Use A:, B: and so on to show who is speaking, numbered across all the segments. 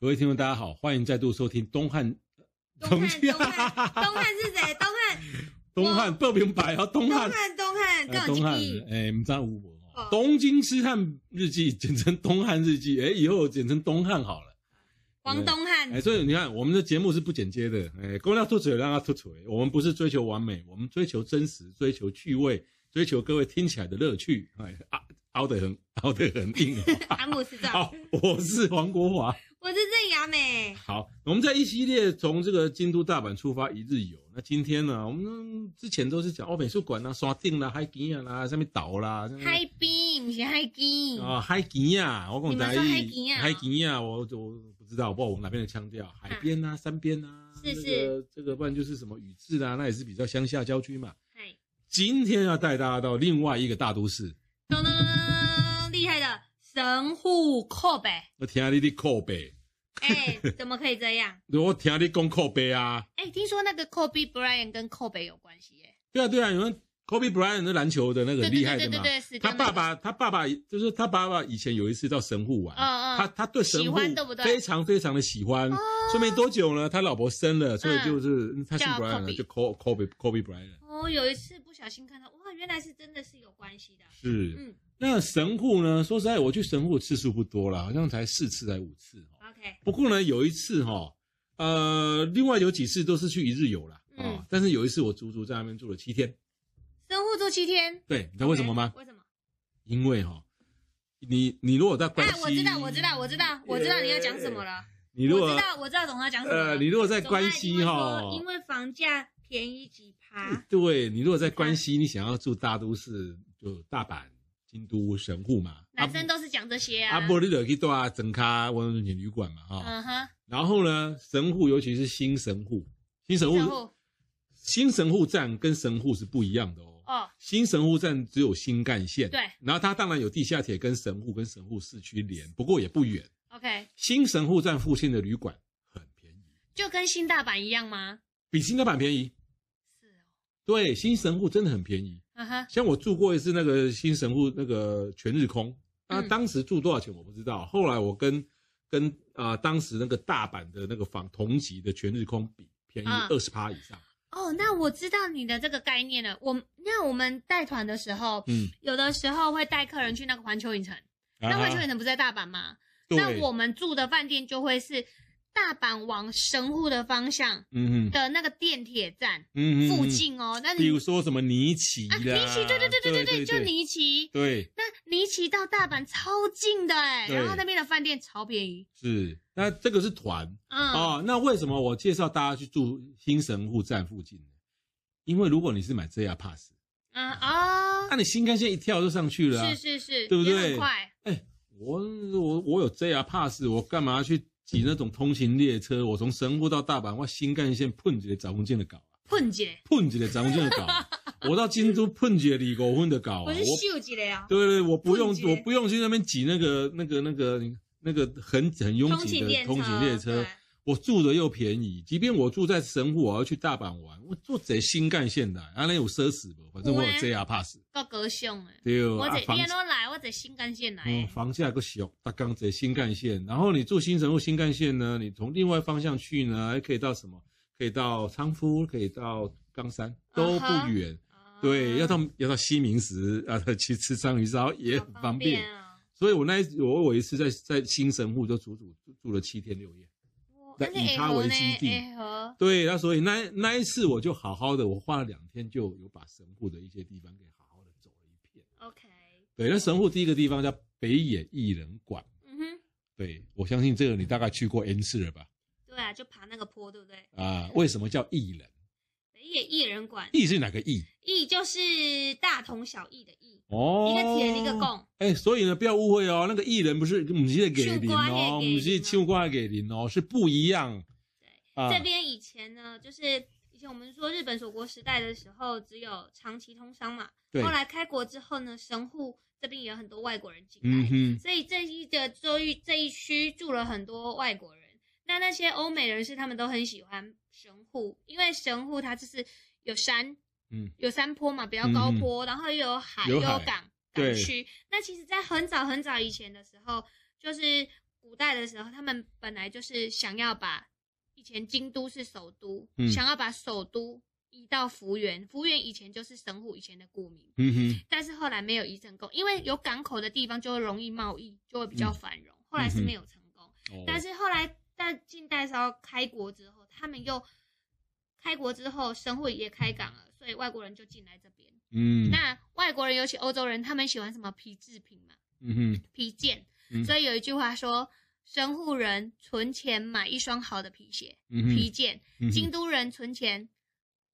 A: 各位听众，大家好，欢迎再度收听东汉
B: 东汉，东汉，东汉是谁？东汉，
A: 东汉不明白哦，东
B: 东
A: 汉
B: 汉，东汉，
A: 呃
B: 更
A: 东汉
B: 有，
A: 哎，唔知有无
B: 哦？
A: 东京痴汉日记，简称东汉日记，哎，以后简称东汉好了。
B: 王东汉
A: 哎，，所以你看，我们的节目是不剪接的，哎，公料吐嘴让他吐嘴，我们不是追求完美，我们追求真实，追求趣味，追求各位听起来的乐趣，哎，啊凹得很，凹得很硬哦。
B: 阿姆斯壮，
A: 好，我是黄国华。
B: 我是郑雅美，
A: 好，我们在一系列从这个京都、大阪出发一日游。那今天呢，我们之前都是讲哦，美术馆啦、刷定啦、海景啊啦、上面岛啦，上面
B: 嗨冰，不是嗨冰，
A: 啊，海景啊，我讲台
B: 你们说海
A: 语
B: 墘啊
A: 海景啊，我我不知道，不知道我们哪边的腔调，海边啊，山边啊，
B: 是
A: 这个这个，不然就是什么宇治啊啦，那也是比较乡下郊区嘛。
B: 嗨，
A: 今天要带大家到另外一个大都市，
B: 咚咚咚咚咚，厉害的神户扣呗，
A: 我听你的口碑，
B: 哎， 怎么可以这样？
A: 我听你讲口碑啊，
B: 哎，听说那个 Kobe Bryant 跟扣呗有关系耶，
A: 对啊对啊，有人 Kobe Bryant 那篮球的那个
B: 对
A: 很
B: 对
A: 厉害
B: 对
A: 的
B: 对
A: 嘛
B: 对，对，死掉
A: 他
B: 那
A: 爸
B: 个，
A: 爸，他爸爸就是他爸爸以前有一次到神户玩，
B: 嗯嗯
A: 他他对神
B: 喜
A: 户
B: 欢对不对
A: 非常非常的喜欢
B: 哦。
A: 说没多久呢，他老婆生了，所以就是嗯他姓
B: 叫
A: Brian 了，
B: Kobe
A: 就 Kobe Kobe Kobe Brian
B: 哦，有一次不小心看到，哇，原来是真的是有关系的，
A: 是。
B: 嗯
A: 那神户呢？说实在，我去神户的次数不多啦，好像才四次还五次哦。
B: ，OK，
A: 不过呢，有一次哈，呃，另外有几次都是去一日游啦啊、
B: 嗯
A: 但是有一次我足足在那边住了七天。
B: 神户住七天，
A: 对，你知道为什么吗
B: OK，为什么？
A: 因为哈，你你如果在关
B: 哎
A: 西，，
B: 我知道，我知道，我知道，我知道你要讲什么了。
A: 你如果
B: 我知道，我知道总要讲什么了。
A: 呃，你如果在
B: 总要
A: 关西哈 嗯
B: 因为，说因为房价便宜几趴，
A: 对你如果在关西，你想要住大都市，就大阪、京都、神户嘛，啊
B: 男生都是讲这些啊。
A: 阿波利的去大整卡温泉旅馆嘛哈、
B: 嗯哼，
A: 然后呢，神户尤其是新神户，新神
B: 然
A: 户
B: 后
A: 新神户站跟神户是不一样的哦。
B: 哦，
A: 新神户站只有新干线，
B: 对
A: 然后它当然有地下铁跟神户跟神户市区连，不过也不远。
B: ，OK，
A: 新神户站附近的旅馆很便宜，
B: 就跟新大阪一样吗？
A: 比新大阪便宜。
B: 是哦，
A: 对，新神户真的很便宜。
B: 嗯哼，
A: 像我住过一次那个新神户那个全日空，那
B: 嗯
A: 当时住多少钱我不知道。后来我跟跟啊、呃当时那个大阪的那个房同级的全日空比，便宜
B: 啊
A: 二十趴以上。
B: 哦，那我知道你的这个概念了。我那我们带团的时候，
A: 嗯，
B: 有的时候会带客人去那个环球影城，那环球影城不是在大阪吗？
A: 啊对
B: 那我们住的饭店就会是大阪往神户的方向
A: 嗯哼
B: 的那个电铁站。
A: 嗯哼
B: 附，近哦，那
A: 嗯比
B: 你
A: 如说什么尼奇
B: 啊，
A: 啦，
B: 尼奇，对对对对对
A: 对
B: 对，就尼奇。
A: 对
B: 那尼奇到大阪超近的哎，
A: 对
B: 然后那边的饭店超便宜。
A: 是。那这个是团
B: 嗯，
A: 哦，那为什么我介绍大家去住新神户站附近呢？因为如果你是买 JR Pass，
B: 嗯啊
A: 那、，你新干线一跳就上去了、啊，
B: 是是是，
A: 对不对
B: 也很快，
A: 我我我有 JR Pass，我干嘛去挤那种通勤列车？我从神户到大阪，我新干线碰几个长空间的搞，
B: 碰姐，
A: 碰几个长空间的 搞，啊我到京都碰几个李国婚的搞，啊
B: 我是秀啊级的呀。
A: 对对对，我不用
B: 碰几个
A: 我不用去那边挤那个那个那个那个很很拥
B: 通
A: 挤
B: 勤
A: 的
B: 电
A: 通勤列车
B: 对，
A: 我住的又便宜，即便我住在神户，我要去大阪玩，我坐贼新干线的，啊那有奢侈不？反正我有
B: 有欸
A: JR Pass，
B: 够高雄哎，
A: 对哦，
B: 我
A: 啊
B: 这
A: 房
B: 你安怎来，我这新干线来
A: 嗯，
B: 的。
A: 房价个小，大刚在新干线，然后你坐新神户新干线呢，你从另外方向去呢，还可以到什么？可以到仓敷，可以到冈山，都不远。
B: 啊
A: 对，要到要到西明石啊，去吃章鱼烧也很
B: 好
A: 哦方便。
B: 啊。
A: 所以我那一我有一次在在新神户就足足住了七天六夜。
B: 哇
A: 在
B: 哦那个
A: 以它
B: 会合
A: 为
B: 呢
A: 基地
B: 会合
A: 对，那所以那那一次我就好好的，我花了两天就有把神户的一些地方给好好的走了一遍。
B: ，OK，
A: 对，那神户第一个地方叫北野艺人馆。
B: 嗯哼，
A: 对，我相信这个你大概去过 N 次了吧？
B: 对啊，就爬那个坡，对不对？
A: 啊、为什么叫艺人？
B: 北野艺人馆，
A: 艺是哪个艺？
B: 艺义就是大同小异的义，
A: 哦，
B: 一个田一个。贡，
A: 哎，所以呢，不要误会哦，那个艺人不是母鸡的给
B: 秋
A: 零
B: 瓜
A: 哦，
B: 也给
A: 母鸡
B: 零哦
A: 秋瓜给零哦，是不一样。啊
B: 这边以前呢，就是以前我们说日本锁国时代的时候，只有长期通商嘛。
A: 对
B: 后来开国之后呢，神户这边也有很多外国人进来，
A: 嗯哼，
B: 所以这一个州域这一区住了很多外国人。那那些欧美人士他们都很喜欢神户，因为神户它就是有山，
A: 嗯，
B: 有山坡嘛，比较高坡，然后又有海，
A: 有
B: 又
A: 海
B: 有港
A: 对
B: 港区。那其实，在很早很早以前的时候，就是古代的时候，他们本来就是想要把以前京都是首都，
A: 嗯
B: 想要把首都移到福原。福原以前就是神户以前的古名，
A: 嗯 哼，
B: 但是后来没有移成功，因为有港口的地方就会容易贸易，就会比
A: 嗯
B: 较繁荣。后来是没有成功，
A: 哦
B: 但是后来在近代时候开国之后，他们又开国之后，神户也开港了，所以外国人就进来这边。
A: 嗯，
B: 那外国人，尤其欧洲人，他们喜欢什么皮制品嘛，
A: 嗯哼，
B: 皮件。
A: 嗯
B: 所以有一句话说，神户人存钱买一双好的皮鞋、
A: 嗯
B: 皮
A: 哼，
B: 件；
A: 嗯
B: 京
A: 哼，
B: 都人存钱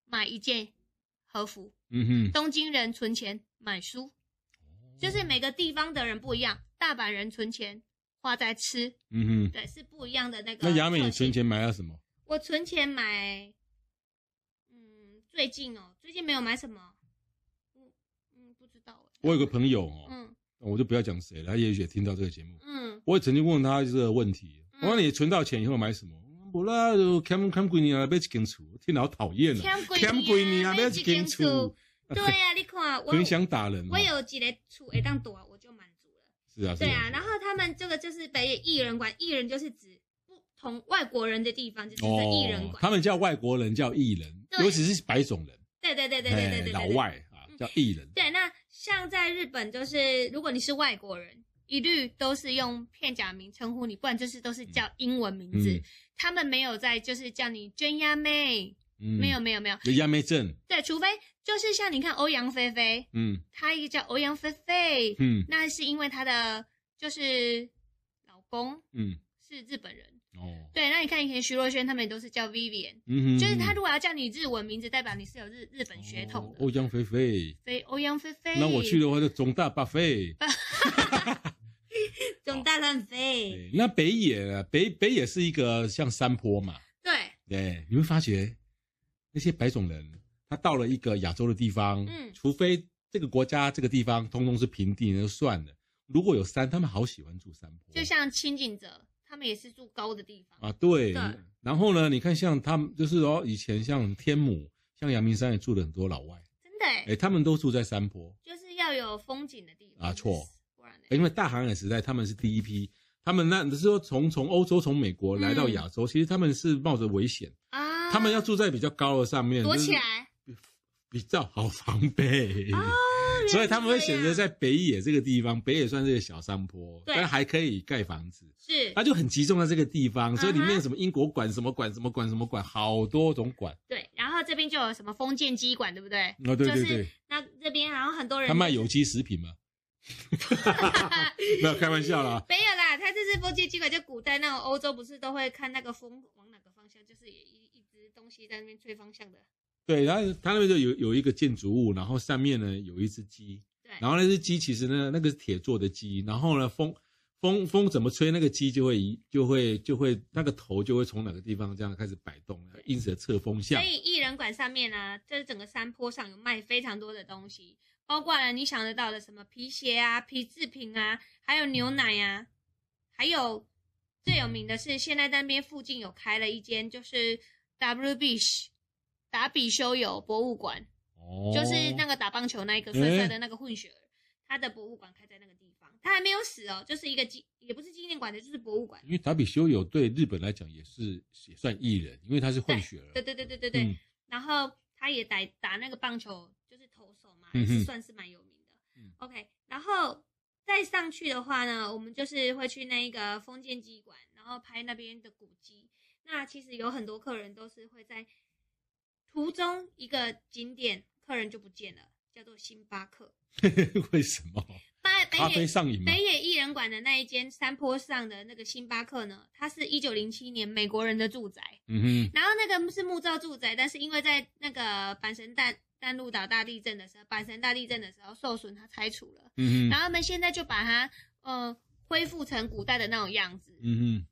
B: 买一件和服。
A: 嗯哼，
B: 东京人存钱买书，就是每个地方的人不一样。大阪人存钱花在吃，
A: 嗯哼。
B: 对，是不一样的那个。
A: 那雅美，你存？钱买了什么？
B: 我存钱买，嗯，最近哦，最近没有买什么，嗯嗯，不知道哎。
A: 我有个朋友哦，
B: 嗯
A: 我就不要讲谁了，他也许也听到这个节目。
B: 嗯
A: 我也曾经问他这个问题，
B: 嗯
A: 我说你存到钱以后买什么？我啦，看看几年啊，被清楚，听得好讨厌啊！
B: 欠几
A: 欠几年啊，
B: 买
A: 被
B: 一
A: 清
B: 间
A: 楚
B: 厝。，对啊，你看我
A: 很想打人哦。
B: 我有几个厝会当躲，我就满足了。
A: 是啊，是
B: 对啊，
A: 是
B: 然后他们这个就是北艺人馆，艺人就是指不同外国人的地方，就是这艺人馆。
A: 哦他们叫外国人叫艺人，
B: 对
A: 尤其是白种人，哎
B: 对对对对对对对，对
A: 老。外啊叫艺人。
B: 对，那像在日本，就是如果你是外国人，一律都是用片假名称呼你，不然就是都是叫英文名字。
A: 嗯
B: 他们没有在就是叫你娟丫妹，
A: 嗯
B: 没有没有没有，
A: 有亚美症，
B: 对，除非就是像你看欧阳菲菲，
A: 嗯
B: 她一个叫欧阳菲菲，
A: 嗯
B: 那是因为她的就是老公
A: 嗯，
B: 是日本人。
A: 哦，
B: 对，那你看以前徐若瑄他们也都是叫 Vivian，、
A: 嗯
B: 就是他如果要叫你日文名字，代表你是有日日本血统
A: 哦欧
B: 的。
A: 阳菲菲，
B: 所以欧阳菲菲，
A: 那我去的话就中大巴菲。
B: 嗯总大乱飞，
A: 对哎那北野啊，北北野是一个像山坡嘛，
B: 对，
A: 对，你会发觉那些白种人，他到了一个亚洲的地方，
B: 嗯
A: 除非这个国家这个地方通通是平地，那就算了。如果有山，他们好喜欢住山坡，
B: 就像清景泽，他们也是住高的地方。
A: 啊，对。
B: 对
A: 然后呢，你看像他们，就是哦，以前像天母、像阳明山也住了很多老外，
B: 真的欸，
A: 哎，他们都住在山坡，
B: 就是要有风景的地方
A: 啊错，哎
B: 不然欸
A: 因为大航海时代他们是第一批。他们那是说从从欧洲从美国来到
B: 嗯
A: 亚洲，其实他们是冒着危险，
B: 啊，
A: 他们要住在比较高的上面，
B: 躲
A: 就是
B: 起来，啊哦
A: 比较好防备，
B: 原来
A: 嗯所以他们会选择
B: 是
A: 在
B: 这
A: 北野这个地方。北野算是个小山坡，
B: 啊对
A: 但还可以盖房子，
B: 样
A: 它
B: 是
A: 就很集中在这个地方。所以里
B: 嗯
A: 面
B: 哼
A: 什么英国馆、什么馆、什么馆、什么馆，好多种馆。
B: 对，然后这边就有什么封建机馆，对不对？
A: 哦，对对
B: 就
A: 对
B: 是，那这边然后很多人
A: 他卖有机食 品嘛，没有开玩笑啦。
B: 没有啦，它这是封建机关，就古代那种欧洲不是都会看那个风往哪个方向，就是也一一只东西在那边吹方向的。
A: 对，然后他那边就有有一个建筑物，然后上面呢有一只鸡，
B: 对，
A: 然后那只鸡其实呢那个是铁做的鸡，然后呢风风风怎么吹，那个鸡就会移就会就会那个头就会从哪个地方这样开始摆动，因此侧风向
B: 所。以艺人馆上面呢、啊这整个山坡上有卖非常多的东西，包括了你想得到的什么皮鞋啊、皮制品啊，还有牛奶啊，还有最有名的是现在那边附近有开了一间就是 W Beach 达比修友博物馆，
A: 哦
B: 就是那个打棒球那一个
A: 诶
B: 帅帅的那个混血儿，他的博物馆开在那个地方，他还没有死哦，就是一个纪也不是纪念馆的，就是博物馆。
A: 因为达比修有对日本来讲也是也算艺人，因为他是混血儿。
B: 对对对对对对，
A: 嗯
B: 然后他也打打那个棒球，就是投手嘛，
A: 嗯
B: 也
A: 哼
B: 是算是蛮有名的。
A: 嗯
B: OK，然后再上去的话呢，我们就是会去那一个封建机馆，然后拍那边的古迹。那其实有很多客人都是会在途中一个景点，客人就不见了，叫做星巴克。
A: 嗯 为什么？
B: 八北
A: 咖啡
B: 野
A: 上瘾吗
B: 北？野艺人馆的那一间山坡上的那个星巴克呢，它是一九零七年美国人的住宅。
A: 嗯哼，
B: 然后那个是木造住宅，但是因为在那个阪神淡但鹿岛大地震的时候、阪神大地震的时候受损，它拆除了，
A: 嗯
B: 然
A: 哼，
B: 后他们现在就把它呃恢复成古代的那种样子，
A: 嗯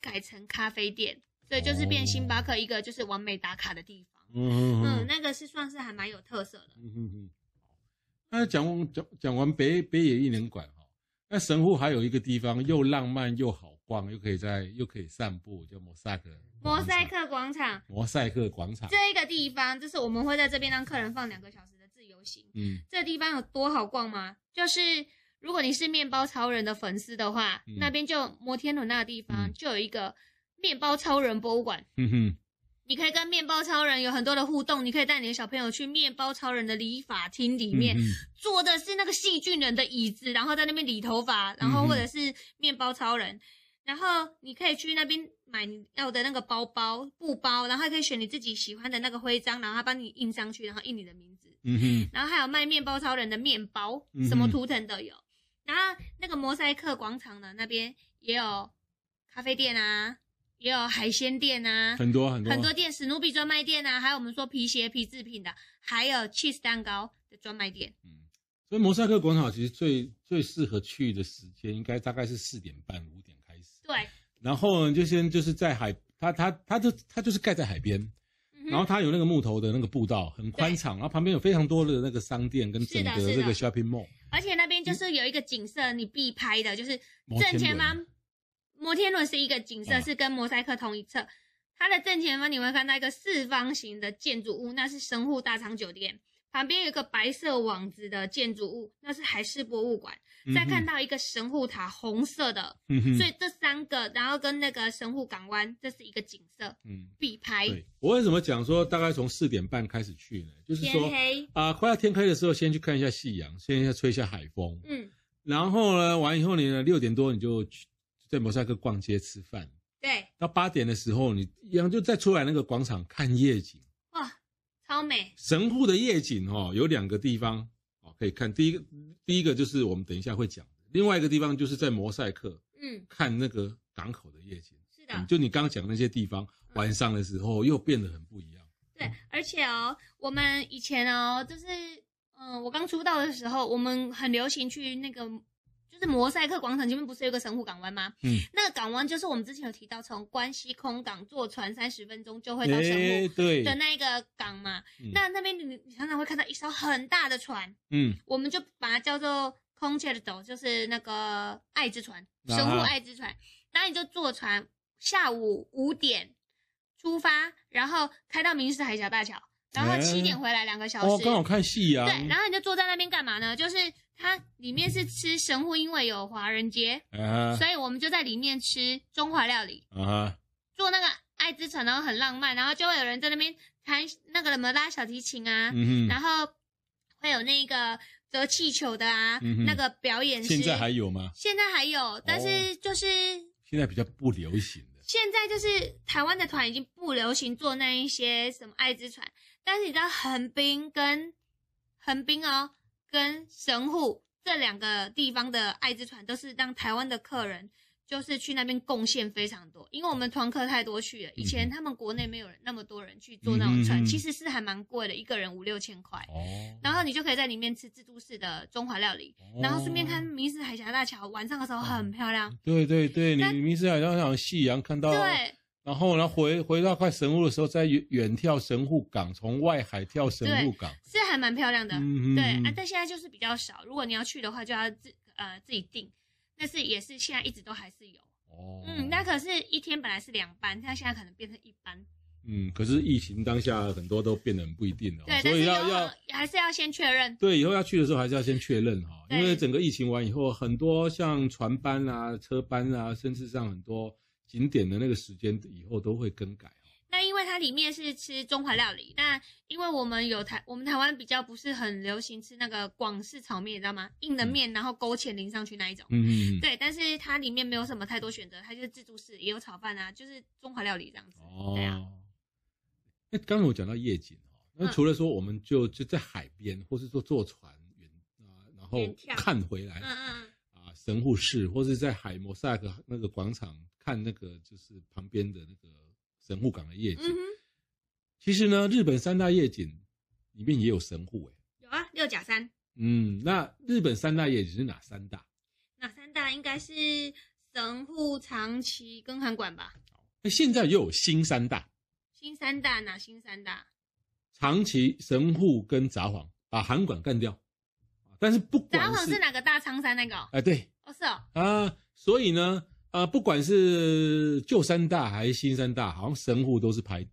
B: 改成咖啡店，所以就是变星巴克一个就是完美打卡的地方。
A: 哼，嗯
B: 嗯，
A: 哼，
B: 那个是算是还蛮有特色的。
A: 嗯哼哼。那讲完讲讲完北北野艺能馆哈，那神户还有一个地方又浪漫又好逛，又可以在又可以散步，叫摩赛克
B: 摩塞克广场
A: 摩赛克广场。
B: 这个地方，就是我们会在这边让客人放两个小时的自由行。
A: 嗯
B: 这地方有多好逛吗？就是如果你是面包超人的粉丝的话，
A: 嗯
B: 那边就摩天轮那个地方、
A: 嗯
B: 就有一个面包超人博物馆。
A: 哼嗯哼，
B: 你可以跟面包超人有很多的互动，你可以带你的小朋友去面包超人的理发厅里面，
A: 嗯哼
B: 坐的是那个细菌人的椅子，然后在那边理头发，然
A: 嗯
B: 后或者是面包超人，然后你可以去那边买你要的那个包包布包，然后还可以选你自己喜欢的那个徽章，然后他帮你印上去，然后印你的名字，
A: 嗯哼，
B: 然后还有卖面包超人的面包
A: 嗯哼，
B: 什么图腾都有。然后那个摩赛克广场呢，那边也有咖啡店啊，也有海鲜店啊，
A: 很多很多
B: 很多店，史努比专卖店啊，还有我们说皮鞋、皮制品的，还有 cheese 蛋糕的专卖店。
A: 嗯，所以摩赛克广场其实最最适合去的时间，应该大概是四点半五点开始。
B: 对，
A: 然后呢，就先就是在海，它它它就它就是盖在海边，
B: 嗯哼
A: 然后它有那个木头的那个步道，很宽敞，然后旁边有非常多的那个商店跟整
B: 是的
A: 个
B: 是
A: 这
B: 的
A: 个 shopping mall。
B: 而且那边就是有一个景色，你必拍的，就是
A: 摩天轮
B: 正前方摩天轮是一个景色，
A: 啊
B: 是跟摩赛克同一侧。它的正前方你会看到一个四方形的建筑物，那是神户大仓酒店。旁边有一个白色网子的建筑物，那是海事博物馆。再看到一个神户塔，红色的，
A: 嗯哼，嗯
B: 所
A: 哼，
B: 以这三个，然后跟那个神户港湾，这是一个景色
A: 嗯，
B: 必拍。
A: 对。我为什么讲说大概从四点半开始去呢？就是
B: 天
A: 说
B: 黑，
A: 啊、快要天黑的时候，先去看一下夕阳，先要吹一下海风，
B: 嗯，
A: 然后呢，完以后你呢，六点多你就去在摩赛克逛街吃饭，
B: 对，
A: 到八点的时候，你一样就再出来那个广场看夜景。
B: 哇，超美，
A: 神户的夜景哦，有两个地方哦可以看，第一个第一个就是我们等一下会讲的，另外一个地方就是在摩赛克
B: 嗯，
A: 看那个港口的夜景，
B: 是啊嗯的。
A: 嗯就你刚讲那些地方，晚上的时候又变得很不一样。
B: 对，而且哦，我们以前哦，就是嗯、呃我刚出道的时候，我们很流行去那个，就是摩赛克广场前面不是有一个神户港湾吗？
A: 嗯，
B: 那个港湾就是我们之前有提到，从关西空港坐船三十分钟就会到神
A: 诶
B: 户
A: 对，
B: 的那一个港嘛。
A: 嗯
B: 那那边你你常常会看到一艘很大的船，
A: 嗯
B: 我们就把它叫做空切的斗，就是那个爱之船，
A: 啊哈
B: 神户爱之船。然后你就坐船，下午五点出发，然后开到明石海峡大桥，然后
A: 哎
B: 七点回来，两个小
A: 哦，
B: 时。
A: 刚好看夕阳，
B: 对，然后你就坐在那边干嘛呢？就是它里面是吃神户，因为有华人街，
A: 啊哈
B: 所以我们就在里面吃中华料理，
A: 啊哈，
B: 坐那个爱之船，然后很浪漫，然后就会有人在那边弹那个什么拉小提琴啊，
A: 嗯哼，
B: 然后会有那个折气球的啊，
A: 嗯哼
B: 那个表演是
A: 现在还有哦吗？
B: 现在还有，但是就是、
A: 现在比较不流行的，
B: 现在就是台湾的团已经不流行做那一些什么爱之船，但是你知道横滨跟横滨哦跟神户这两个地方的爱之船都是让台湾的客人。就是去那边贡献非常多，因为我们团客太多去了。以前他们国内没有人那么多人去坐那种
A: 嗯嗯嗯
B: 船，
A: 嗯
B: 其实是还蛮贵的，一个人五六千块。
A: 哦，
B: 然后你就可以在里面吃自助式的中华料理，然后顺便看
A: 哦
B: 明石海峡大桥，晚上的时候很漂亮。
A: 对对对，你
B: 但
A: 明斯海上那场夕阳看到，
B: 对
A: 然后然后回回到快神户的时候，再远远跳神户港，从外海跳神户港。
B: 是还蛮漂亮的。
A: 嗯
B: 对
A: 嗯
B: 啊，但现在就是比较少。如果你要去的话，就要自呃自己订，但是也是现在一直都还是有。
A: 哦
B: 嗯，那可是一天本来是两班，它现在可能变成一班。
A: 嗯，可是疫情当下很多都变得很不一定了哦，
B: 对，但
A: 所
B: 是
A: 以
B: 有
A: 要要
B: 还是要先确认。
A: 对以后要去的时候还是要先确认哈，因
B: 对
A: 为整个疫情完以后，很多像船班啊、车班啊，甚至上很多景点的那个时间以后都会更改哦。
B: 那因为它里面是吃中华料理，那因为我们有台我们台湾比较不是很流行吃那个广式炒面，你知道吗？硬的面，然后勾芡淋上去那一种。
A: 嗯，嗯嗯
B: 对，但是它里面没有什么太多选择，它就是自助式，也有炒饭啊，就是中华料理这样子。对啊，
A: 哦，那刚才我讲到夜景哦，那
B: 嗯
A: 除了说我们就就在海边，或是说坐船远啊，然后
B: 远眺
A: 看回来
B: 嗯嗯嗯，
A: 啊，神户市，或是在海摩萨克那个广场看那个就是旁边的那个神户港的夜景
B: 嗯嗯。哼，
A: 其实呢，日本三大夜景里面也有神户哎、
B: 有啊，六甲山
A: 嗯，那日本三大业只是哪三大？
B: 哪三大应该是神户、长崎跟函馆吧？
A: 那现在又有新三大，
B: 新三大哪新三大？
A: 长崎、神户跟札幌，把函馆干掉。啊但是不管
B: 札幌是
A: 是
B: 哪个大苍山那个、哦？
A: 哎、对
B: 哦，是哦，
A: 啊、所以呢，啊，不管是旧三大还是新三大，好像神户都是排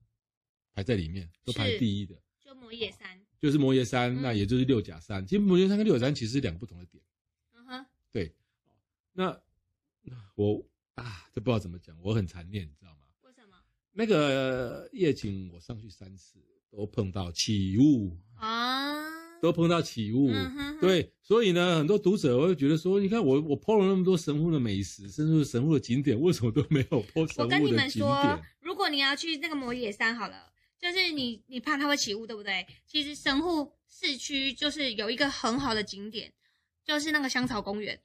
A: 排在里面，都排
B: 是
A: 第一的，
B: 就摩野山。
A: 就是摩耶山，
B: 嗯
A: 那也就是六甲山。其实摩耶山跟六甲山其实是两个不同的点。
B: 嗯哼，
A: 对，那我啊，这不知道怎么讲，我很残念，你知道吗？
B: 为什么？
A: 那个夜景我上去三次，都碰到起雾，
B: 啊，
A: 都碰到起雾。
B: 嗯哼
A: 对，所以呢，很多读者会觉得说，你看我我 PO 了那么多神户的美食，甚至是神户的景点，为什么都没有 PO 神
B: 我跟
A: 户
B: 你
A: 的
B: 们
A: 景
B: 说
A: 点？，
B: 如果你要去那个摩野山好了，就是你你怕它会起雾，对不对？其实神户市区就是有一个很好的景点，就是那个香草公园，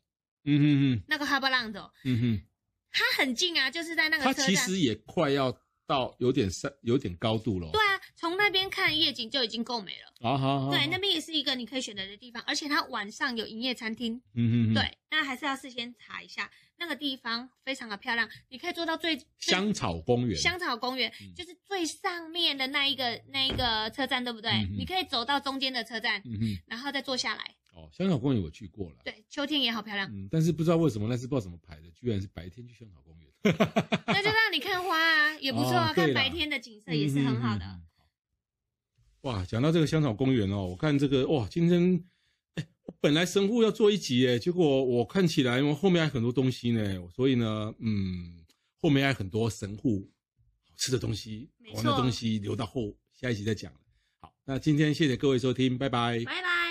A: 嗯哼哼，
B: 那个哈巴浪走，
A: 嗯哼，
B: 它很近啊，就是在那个
A: 它
B: 车
A: 其
B: 站。
A: 实也快要到有点山，有点高度了。
B: 对啊，从那边看夜景就已经够美了。
A: 啊，好好好，
B: 对，那边也是一个你可以选择的地方，而且它晚上有营业餐厅。
A: 嗯哼哼，，
B: 对，那还是要事先查一下，那个地方非常的漂亮，你可以坐到最最
A: 香草公园，
B: 香草公园
A: 嗯
B: 就是最上面的那一个那一个车站，对不对？
A: 嗯哼
B: 你可以走到中间的车站，
A: 嗯哼，
B: 然后再坐下来。
A: 哦，香草公园我去过了。
B: 对，秋天也好漂亮，
A: 嗯，但是不知道为什么那次不知道怎么排的，居然是白天去香草公园。
B: 那就让你看花啊，也不错啊，
A: 哦对啦
B: 看白天的景色也是很好的。
A: 嗯。嗯嗯嗯哇，讲到这个香草公园哦，我看这个哇，今天哎，我本来神户要做一集哎，结果我看起来我后面还有很多东西呢，所以呢，嗯，后面还有很多神户好吃的东西、
B: 没
A: 好玩的
B: 错
A: 东西，留到后下一集再讲了。好，那今天谢谢各位收听，拜拜
B: 拜拜。